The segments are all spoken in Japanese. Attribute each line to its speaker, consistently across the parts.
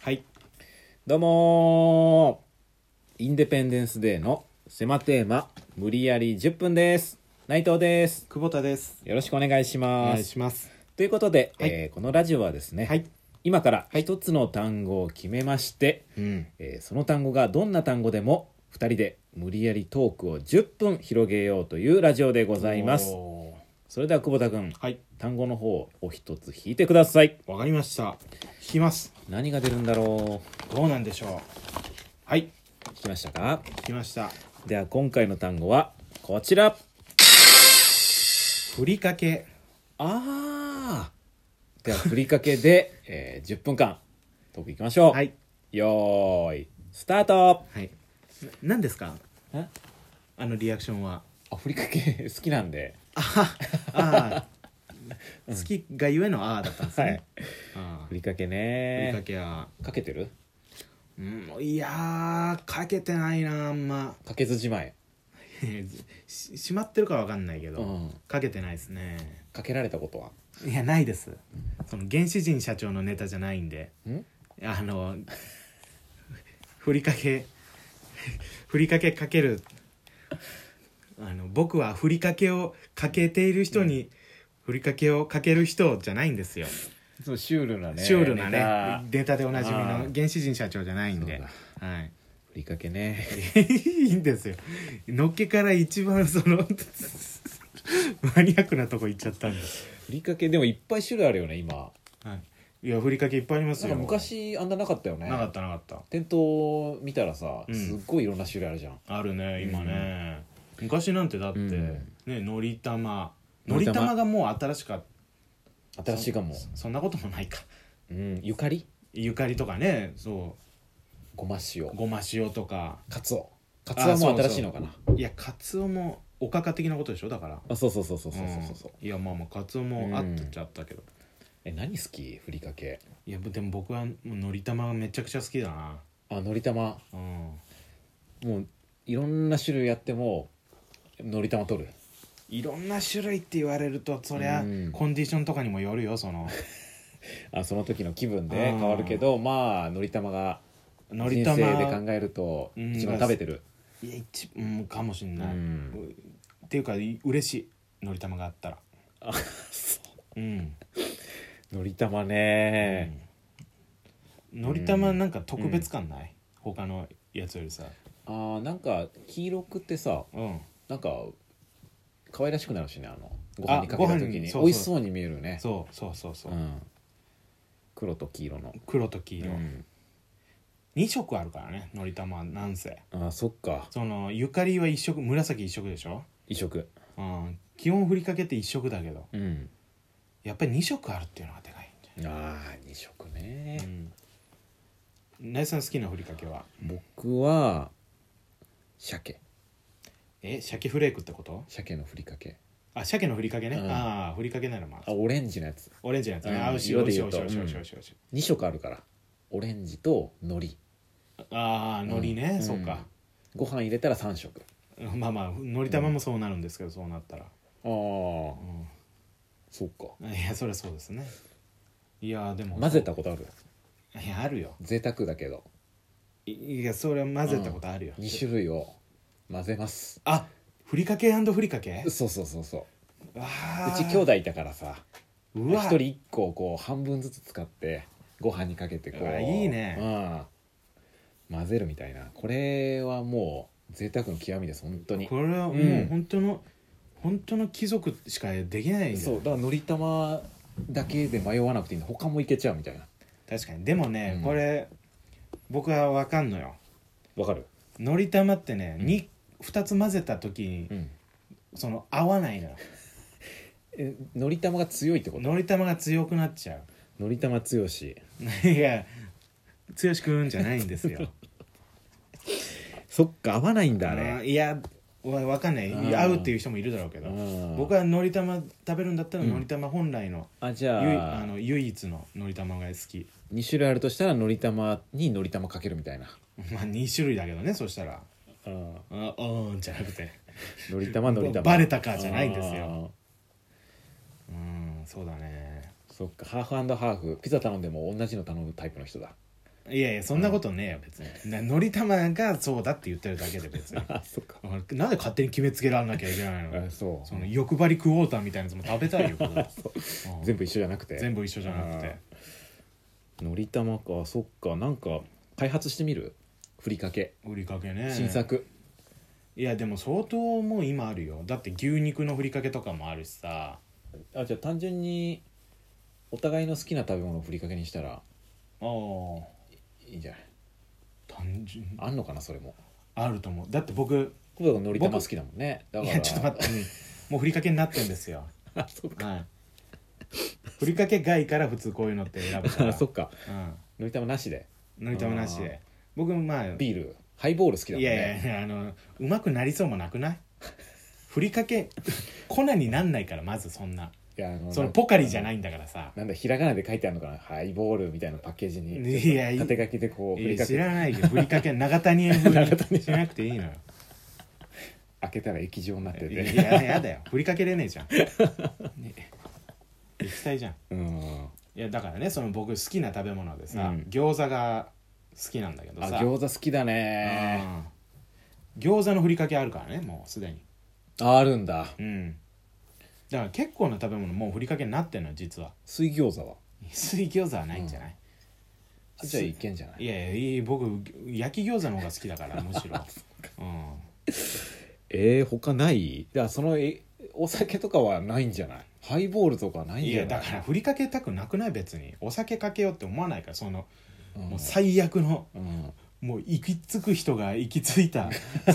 Speaker 1: はい。どうもーインデペンデンスデーの狭テーマ、無理やり10分です。内藤です。
Speaker 2: 久保田です。
Speaker 1: よろしくお願いし
Speaker 2: お
Speaker 1: ます。
Speaker 2: 願いします。
Speaker 1: ということで、
Speaker 2: はい
Speaker 1: えーこのラジオはですね、
Speaker 2: はい。
Speaker 1: 今から一つの単語を決めまして、
Speaker 2: うん。
Speaker 1: えーその単語がどんな単語でも2人で無理やりトークを10分広げようというラジオでご
Speaker 2: ご
Speaker 1: ざいます。それでは久保田君、
Speaker 2: はい。
Speaker 1: 単語の方をお一つ引いてください。
Speaker 2: わかりました。聞きます。
Speaker 1: 何が出るんだろう
Speaker 2: どうなんでしょう。はい。
Speaker 1: 聞きましたか
Speaker 2: 聞きました。
Speaker 1: では今回の単語はこちら
Speaker 2: ふりかけ。
Speaker 1: あーではふりかけで、 えー10分間トークいきましょう、
Speaker 2: はい。
Speaker 1: よーいスタート
Speaker 2: はい。な何ですか
Speaker 1: あ
Speaker 2: あのリアクションは。
Speaker 1: ふりかけ 好きなんで
Speaker 2: ああ。好きがゆえのああだったんですね。ああ
Speaker 1: ふりかけ
Speaker 2: ふりか
Speaker 1: ね
Speaker 2: けは。
Speaker 1: かけてる
Speaker 2: うん、いやー、かけてないな、あん ま。
Speaker 1: かけずじまい、
Speaker 2: ししまってるかわかんないけ
Speaker 1: う
Speaker 2: ど。
Speaker 1: ん、
Speaker 2: かけてないですね。
Speaker 1: かけられたことはい
Speaker 2: やないですその原始人社長のネタじゃないんで
Speaker 1: ん
Speaker 2: あのふりかけふりかけかけるあの僕はふりかけをかけている人にふりかけをかける人じゃないんですよ、
Speaker 1: そうシュールなね
Speaker 2: シュールな
Speaker 1: ネタ
Speaker 2: ねデータでおなじみ
Speaker 1: あ
Speaker 2: の
Speaker 1: ー
Speaker 2: 原始人社長じゃないん
Speaker 1: そ
Speaker 2: で
Speaker 1: うだ、
Speaker 2: はい、
Speaker 1: ふりかけね
Speaker 2: いいんですよのっけから一番そ のマニアックなとこ行っちゃったんです、
Speaker 1: ふりかけでもいっぱい種類あるよね今
Speaker 2: はい、いやふりかけいっぱいあります
Speaker 1: なん
Speaker 2: よ
Speaker 1: か昔あんななかったよね
Speaker 2: なかったなかった
Speaker 1: 店頭見たらさ
Speaker 2: うん
Speaker 1: すっごいいろんな種類あるじゃん、
Speaker 2: あるね今ね、昔なんてだって、
Speaker 1: うん
Speaker 2: ねのりたま
Speaker 1: の
Speaker 2: の
Speaker 1: り
Speaker 2: り
Speaker 1: たま
Speaker 2: たまがもう新しかっ
Speaker 1: 新しいかも
Speaker 2: そそんなこともないか
Speaker 1: うんゆかり
Speaker 2: ゆかりとかねそ
Speaker 1: ごま塩
Speaker 2: うごま塩とか
Speaker 1: カツオカツオはもう新しいのかな
Speaker 2: そういやカツオもおかか的なことでしょだから
Speaker 1: あそうそうそうそうそうそうそう、
Speaker 2: うんいやまあまあカツオもあったっちゃあったけど、
Speaker 1: え何好きふりかけ
Speaker 2: いやでも僕はもうのりたまがめちゃくちゃ好きだな
Speaker 1: あのりたま
Speaker 2: うん
Speaker 1: もういろんな種類やってものりたま取る
Speaker 2: いろんな種類って言われるとそりゃ、
Speaker 1: うん
Speaker 2: コンディションとかにもよるよその
Speaker 1: あその時の気分で
Speaker 2: あー
Speaker 1: 変わるけどまあのりたまが
Speaker 2: のり
Speaker 1: 人
Speaker 2: た
Speaker 1: 生
Speaker 2: ま
Speaker 1: で考えると
Speaker 2: うん
Speaker 1: 一番食べてる
Speaker 2: いや一うんかもしん
Speaker 1: う
Speaker 2: ない、
Speaker 1: ん
Speaker 2: っていうかい嬉しいのりたまがあったら
Speaker 1: あ
Speaker 2: うん、
Speaker 1: のりたまね
Speaker 2: うんのりたまなんか特別感ない、他のやつよりさ
Speaker 1: あーなんか黄色くってさ
Speaker 2: うん
Speaker 1: なんか可愛らしくなるしねあのご飯にかけ
Speaker 2: あご
Speaker 1: た
Speaker 2: 飯
Speaker 1: 時
Speaker 2: に
Speaker 1: に
Speaker 2: そうそう
Speaker 1: 美味しそうに見えるね
Speaker 2: そうそうそうそう、
Speaker 1: ん、黒と黄色の
Speaker 2: 黒と黄
Speaker 1: う
Speaker 2: 色、
Speaker 1: ん、
Speaker 2: 二2色あるからねのりたまなんせ
Speaker 1: あそっか
Speaker 2: そのゆかりは一色紫一色でしょ、
Speaker 1: 異色
Speaker 2: うん、基本ふりかけって一色だけど
Speaker 1: うん
Speaker 2: やっぱり2色あるっていうのがでかいんじ
Speaker 1: ああ二色
Speaker 2: ゃない、
Speaker 1: ね、
Speaker 2: うん、なえさん好きなふりかけは
Speaker 1: 僕は鮭
Speaker 2: え鮭フレークってこと
Speaker 1: 鮭のふりかけ
Speaker 2: あ鮭のふりかけね、
Speaker 1: うん
Speaker 2: ああふりかけならまあ
Speaker 1: あオレンジのやつ
Speaker 2: オレンジのやつ
Speaker 1: う
Speaker 2: ね。
Speaker 1: ん
Speaker 2: あ、美味しい、
Speaker 1: 色
Speaker 2: 美
Speaker 1: で
Speaker 2: 味しい、
Speaker 1: 言
Speaker 2: 美味
Speaker 1: うと
Speaker 2: しい、美味しい、美味しい
Speaker 1: うん
Speaker 2: 美味しい。
Speaker 1: 二色あるからオレンジと海苔
Speaker 2: ああ、海苔ね、
Speaker 1: うん
Speaker 2: そうか。
Speaker 1: ご飯入れたら三色
Speaker 2: うんまあまあ、海苔玉もそうなるんですけど、そうなったら。
Speaker 1: ああ
Speaker 2: う
Speaker 1: そっか
Speaker 2: ん。いや、そりゃそうですね。いや、でも。
Speaker 1: 混ぜたことある
Speaker 2: いや、あるよ。
Speaker 1: 贅沢だけど
Speaker 2: いいや、それは混ぜたことあるよ。
Speaker 1: 二種類を混ぜます
Speaker 2: あ、ふりかけふりかけ。
Speaker 1: そうそうそうそう
Speaker 2: う
Speaker 1: うち兄弟いたからさ
Speaker 2: う
Speaker 1: 一
Speaker 2: わ。
Speaker 1: 人一個をこう半分ずつ使ってご飯にかけてこ
Speaker 2: う
Speaker 1: う
Speaker 2: わいいね
Speaker 1: うん、混ぜるみたいなこれはもう贅沢の極みです本当に
Speaker 2: これはも
Speaker 1: うん
Speaker 2: う、本当の。本当の貴族しかできないんだよ
Speaker 1: そうだからのりたまだけで迷わなくていいんで他もいけちゃうみたいな
Speaker 2: 確かにでもね、
Speaker 1: うん
Speaker 2: これ僕はわかんのよ
Speaker 1: わかる、
Speaker 2: のり玉ってね、
Speaker 1: うん
Speaker 2: に2つ混ぜた時に
Speaker 1: うん、
Speaker 2: その合わないのよ
Speaker 1: えのりたまが強いってこと
Speaker 2: のり玉が強くなっちゃ
Speaker 1: のりたま強し
Speaker 2: ういや剛くんじゃないんですよ
Speaker 1: そっか合わないん だあ
Speaker 2: う
Speaker 1: れ
Speaker 2: んいやわわかんない
Speaker 1: うん
Speaker 2: 合うっていう人もいるだろうけど僕
Speaker 1: は
Speaker 2: はのり玉食べるんだったら
Speaker 1: うん
Speaker 2: のり玉本来の,、
Speaker 1: あじ
Speaker 2: ゆいあ
Speaker 1: ゃあ
Speaker 2: の唯一ののり玉が好き
Speaker 1: 2種類あるとしたらのりたまにのりたまかけるみたいな
Speaker 2: まあ2種類だけどねそしたら
Speaker 1: うん
Speaker 2: 「あおーん」じゃなくて
Speaker 1: のりたまのりたま
Speaker 2: バレたかじゃないんですよ
Speaker 1: あー
Speaker 2: うんそうだね
Speaker 1: そっかハーフハーフピザ頼んでも同じの頼むタイプの人だ
Speaker 2: いやいやそんなことねえよ別になのりたまがそうだって言ってるだけで別に
Speaker 1: あそっか
Speaker 2: なんで勝手に決めつけられなきゃいけないの
Speaker 1: あそう
Speaker 2: その欲張りクォーターみたいなやつも食べたいよ うん
Speaker 1: 全部一緒じゃなくて
Speaker 2: 全部一緒じゃなくて
Speaker 1: のりたまかそっかなんか開発してみるふりかけ
Speaker 2: 売りかけね
Speaker 1: 新作、
Speaker 2: いやでも相当もう今あるよだって牛肉のふりかけとかもあるしさ
Speaker 1: あじゃあ単純にお互いの好きな食べ物をふりかけにしたら
Speaker 2: ああ
Speaker 1: いいんじゃない
Speaker 2: 単純
Speaker 1: あんのかなそれも
Speaker 2: あると思うだって僕
Speaker 1: 久保田君のりたま好きだもんねだ
Speaker 2: い
Speaker 1: から
Speaker 2: やちょっと 待ってもうふりかけになってんですよ
Speaker 1: ってあ そっか
Speaker 2: はいふりかけ外から普通こういうのって選ぶから
Speaker 1: あ そっか
Speaker 2: うん
Speaker 1: のりたまなしで
Speaker 2: のりたまなしで僕まあ
Speaker 1: ビールハイボール好きだもん
Speaker 2: い
Speaker 1: ね
Speaker 2: やいやあのうまくなりそうもなくないふりかけ粉になんないからまずそんない
Speaker 1: やあの
Speaker 2: そのポカリじゃ
Speaker 1: い
Speaker 2: ないんだからさ
Speaker 1: なんだひらがなで書いてあるのかなハイボールみたいなパッケージに
Speaker 2: いやいい
Speaker 1: 縦書きでこうふり
Speaker 2: い
Speaker 1: か
Speaker 2: や知
Speaker 1: け
Speaker 2: らないよふりかけ長谷園風
Speaker 1: 長谷
Speaker 2: にしなくていいのよ
Speaker 1: 開けたら液状になって
Speaker 2: い
Speaker 1: て
Speaker 2: ややだよふりかけれねえ じゃんね液体じゃん
Speaker 1: うん
Speaker 2: いやだからねその僕好きな食べ物でさ、
Speaker 1: うん
Speaker 2: 餃子が好きなんだけど
Speaker 1: あ
Speaker 2: さ
Speaker 1: 餃子好きだね
Speaker 2: うん餃子のふりかけあるからねもうすでに
Speaker 1: ああるんだ
Speaker 2: うんだから結構な食べ物もうふりかけになってんの実は
Speaker 1: 水餃子は
Speaker 2: 水餃子はないんじゃない、
Speaker 1: あじゃあいけんじゃない
Speaker 2: いやいやいい僕焼き餃子の方が好きだからむ しろうん
Speaker 1: えー、他ないだからそのえお酒とかはないんじゃないハイボールとかないん
Speaker 2: い
Speaker 1: じゃ
Speaker 2: や
Speaker 1: ない
Speaker 2: だからふりかけたくなくない別にお酒かけようって思わないからその、
Speaker 1: うん
Speaker 2: もう最悪の
Speaker 1: うん
Speaker 2: もう行き着く人が行き着い た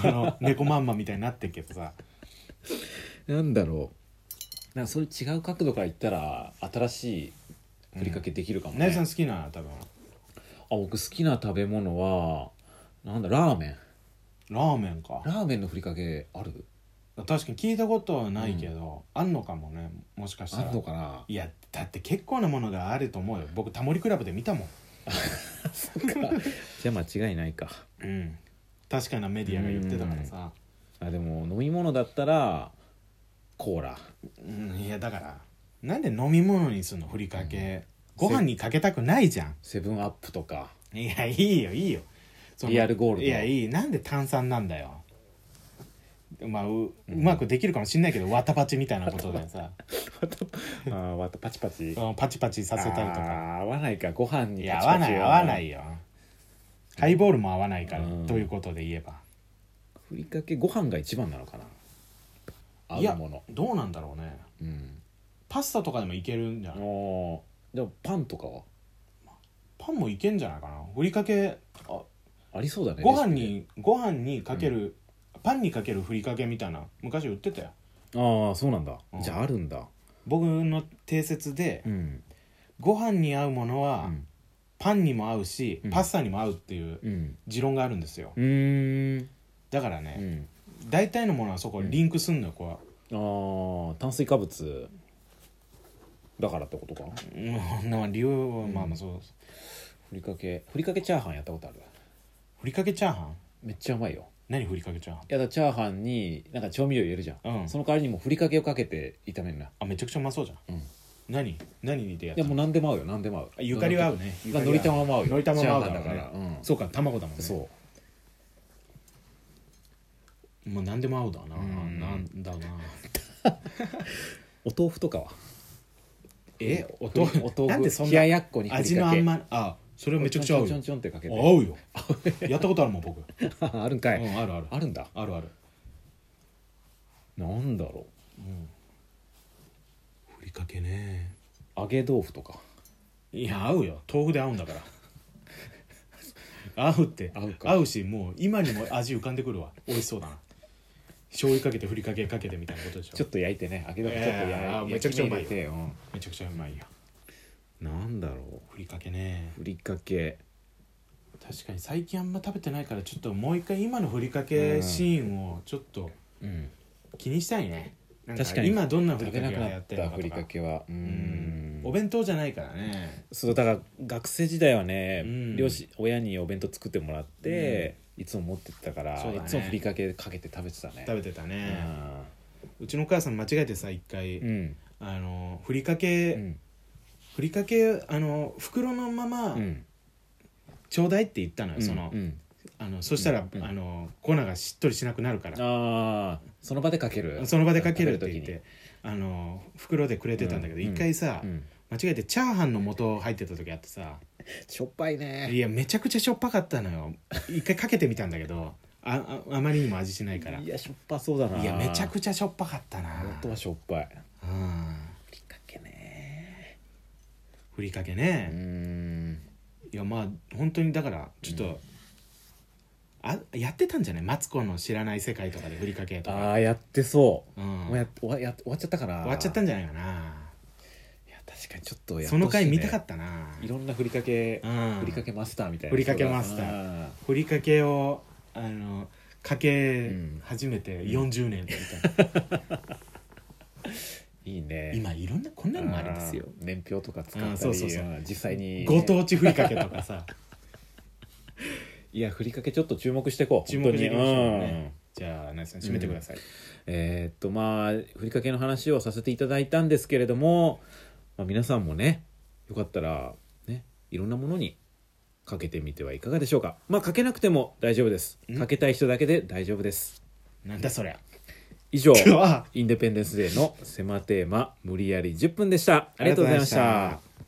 Speaker 2: その猫まんまみたいになってるけどさ
Speaker 1: なんだろうなんかそういう違う角度から言ったら新しいふりかけできるかもね、
Speaker 2: ナイさ
Speaker 1: あ
Speaker 2: ん好きな多分
Speaker 1: 僕好きな食べ物はなんだラーメン
Speaker 2: ラーメンか
Speaker 1: ラーメンのふりかけある
Speaker 2: 確かに聞いたことはないけど、あんのかもねもしかした
Speaker 1: あ
Speaker 2: ら
Speaker 1: るのかない
Speaker 2: やだって結構なものがあると思うよ僕タモリクラブで見たもん
Speaker 1: じゃあ間違いないか
Speaker 2: うん確かなメディアが言ってたからさ
Speaker 1: あでも飲み物だったらコーラ
Speaker 2: うん、いやだからなんで飲み物にすんのふりかけ、ご飯にかけたくないじゃん
Speaker 1: セブンアップと か
Speaker 2: いやいいよいいよその
Speaker 1: リアルゴールド
Speaker 2: いやいいなんで炭酸なんだよまあう,、まくできるかもしんないけどわたパチみたいなことでさ
Speaker 1: あーまたパチパチ
Speaker 2: うんパチパチさせたりとか
Speaker 1: あー合わないかご飯に
Speaker 2: いや合わない合わない
Speaker 1: よ
Speaker 2: よハイボールも合わないから、
Speaker 1: うん
Speaker 2: ということで言えば
Speaker 1: ふりかけご飯が一番なのかな合うもの
Speaker 2: いやどうなんだろうね
Speaker 1: うん
Speaker 2: パスタとかでもいけるんじゃない
Speaker 1: おーでもパンとかは
Speaker 2: パンもいけんじゃないかなふりかけあ
Speaker 1: ありそうだね
Speaker 2: ご飯
Speaker 1: レシ
Speaker 2: にご飯にかける、パンにかけるふりかけみたいな昔売ってたよ
Speaker 1: ピでああそうなんだ、
Speaker 2: うん
Speaker 1: じゃああるんだ
Speaker 2: 僕の定説で、
Speaker 1: うん
Speaker 2: ご飯に合うもの
Speaker 1: う
Speaker 2: は、
Speaker 1: ん
Speaker 2: パンにも合うし、
Speaker 1: うん
Speaker 2: パスタにも合うっていう
Speaker 1: うん
Speaker 2: 持論があるんですよ
Speaker 1: うーん
Speaker 2: だから
Speaker 1: う
Speaker 2: ね、
Speaker 1: ん
Speaker 2: 大体のものはそこリンクすんのよこ
Speaker 1: ああ炭水化物だからってことか
Speaker 2: う、うん、な理由はまあまあそう、
Speaker 1: ふりかけふりかけチャーハンやったことある
Speaker 2: ふりかけチャーハン
Speaker 1: めっちゃうまいよ
Speaker 2: 何ふりかけチャーハン
Speaker 1: いやだからチャーハンになんか調味料入れるじゃん、
Speaker 2: うん
Speaker 1: その代わりにもうふりかけをかけて炒めるな
Speaker 2: あめちゃくちゃうまそうじゃん、
Speaker 1: うん
Speaker 2: 何何でやっ
Speaker 1: い
Speaker 2: た
Speaker 1: や
Speaker 2: の
Speaker 1: もう何でも合うよ何でも合う
Speaker 2: あゆかりは合うね
Speaker 1: まあのり玉も合うよ
Speaker 2: のり玉も合うだ
Speaker 1: チャ
Speaker 2: ろう
Speaker 1: ーハン
Speaker 2: ね
Speaker 1: だからうん
Speaker 2: そうか卵だもんね
Speaker 1: そう
Speaker 2: もう何でも合うだな、
Speaker 1: ん
Speaker 2: なんだな
Speaker 1: お豆腐とかは
Speaker 2: えお
Speaker 1: ふり
Speaker 2: 豆腐
Speaker 1: お豆腐
Speaker 2: なんでそん
Speaker 1: 冷や
Speaker 2: な
Speaker 1: やっこにふりかけ
Speaker 2: 味のあんまあそれめちゃくちゃ合う
Speaker 1: ちょ
Speaker 2: よ
Speaker 1: んちょんちょんちょんってかけて
Speaker 2: 合うよやったことあるもん僕、う
Speaker 1: あるんかい、
Speaker 2: ん、あるある
Speaker 1: あるんだ
Speaker 2: あるある
Speaker 1: なんだろ
Speaker 2: ふりかけね
Speaker 1: う揚げ豆腐とか
Speaker 2: いや合うよ豆腐で合うんだから 合うって
Speaker 1: 合うか
Speaker 2: 合うしもう今にも味浮かんでくるわ美味しそうだな醤油かけてふりかけかけてみたいなことでしょ
Speaker 1: ちょっと焼いてね揚げ豆腐ちょっと焼い
Speaker 2: いやいやいや
Speaker 1: 焼
Speaker 2: めちゃくちゃうまいよ
Speaker 1: き目入れて
Speaker 2: めちゃくちゃうまいよ
Speaker 1: うんなんだろ
Speaker 2: ふりかけね
Speaker 1: うふりかけ
Speaker 2: 確かに最近あんま食べてないからちょっともう一回今のふりかけシーンをちょっと
Speaker 1: うん
Speaker 2: 気にしたいね、なん
Speaker 1: 確かに
Speaker 2: 今どんなふり
Speaker 1: 食
Speaker 2: かけ
Speaker 1: べ
Speaker 2: が
Speaker 1: なく
Speaker 2: や
Speaker 1: な
Speaker 2: っ
Speaker 1: って
Speaker 2: るのか
Speaker 1: たふ
Speaker 2: と
Speaker 1: り
Speaker 2: か
Speaker 1: かけは
Speaker 2: う
Speaker 1: う
Speaker 2: ん
Speaker 1: ん
Speaker 2: お弁当じゃないからね
Speaker 1: そうだから学生時代はね、
Speaker 2: うん
Speaker 1: 両親親にお弁当作ってもらって、いつも持ってってたから、
Speaker 2: そうだ
Speaker 1: い
Speaker 2: ね
Speaker 1: つもふりかけかけて食べてたね
Speaker 2: 食べてたね、うちのお母さん間違えてさ一回、
Speaker 1: うんうん
Speaker 2: あのふりかけ、
Speaker 1: うん
Speaker 2: ふりかけあの袋のまま、
Speaker 1: うん
Speaker 2: ちょうだいって言ったのよ、
Speaker 1: うん
Speaker 2: その
Speaker 1: うん
Speaker 2: あのそしたら、
Speaker 1: うん
Speaker 2: あの粉がしっとりしなくなるから
Speaker 1: ああその場でかける
Speaker 2: その場でかけるって言っ
Speaker 1: 食べる
Speaker 2: てあの袋でくれてたんだけど
Speaker 1: うん
Speaker 2: 一、回さ、
Speaker 1: 時にうん
Speaker 2: 間違えてチャーハンの素入ってた時あってさ
Speaker 1: しょっぱい
Speaker 2: い
Speaker 1: ね
Speaker 2: やめちゃくちゃしょっぱかったのよ一回かけてみたんだけどあああまりにも味しないから
Speaker 1: いやしょっぱそうだない
Speaker 2: やめちゃ
Speaker 1: ち
Speaker 2: くちゃしょっぱかったな
Speaker 1: 本当はしょっぱい
Speaker 2: うん
Speaker 1: ふりかけね
Speaker 2: ふりかけ
Speaker 1: うー
Speaker 2: ね、
Speaker 1: ん
Speaker 2: いやまあ本当にだからちょっと、あやってたんじゃないマツコの知らない世界とかでふりかけとか、
Speaker 1: ああやってそう
Speaker 2: う
Speaker 1: も
Speaker 2: ん、
Speaker 1: う
Speaker 2: 終
Speaker 1: やっ終わや終わっちゃったかな
Speaker 2: わっちゃったんじゃないかない
Speaker 1: や確かにちょっとやっ
Speaker 2: その回見たか
Speaker 1: た
Speaker 2: ったな、
Speaker 1: いろんなふりかけ
Speaker 2: うん、
Speaker 1: ふりかけマスターみたい
Speaker 2: ふ
Speaker 1: な
Speaker 2: りかけマスター
Speaker 1: あ
Speaker 2: ふりかけをあのかけ始めて40年みたいな、
Speaker 1: ーいい ね
Speaker 2: 今いろんなこんなのもあるんですよ
Speaker 1: あー年表とか使
Speaker 2: あ
Speaker 1: っ
Speaker 2: ー
Speaker 1: た
Speaker 2: そう
Speaker 1: り
Speaker 2: そうそう
Speaker 1: まあ実際に
Speaker 2: ご当地ふりかけとか さ
Speaker 1: いやふりかけちょっと注目していこう
Speaker 2: 注目していきましょうね
Speaker 1: 本
Speaker 2: じゃあナイスさん締めてください、
Speaker 1: 当にうんえーっとまあふりかけの話をさせていただいたんですけれども、まあ、皆さんもねよかったらねいろんなものにかけてみてはいかがでしょうかまあかけなくても大丈夫です
Speaker 2: ん
Speaker 1: かけたい人だけで大丈夫です
Speaker 2: なんだそりゃ
Speaker 1: 以上
Speaker 2: 今日は
Speaker 1: インデペンデンスデーの狭テーマ無理やり10分でしたありがとうございました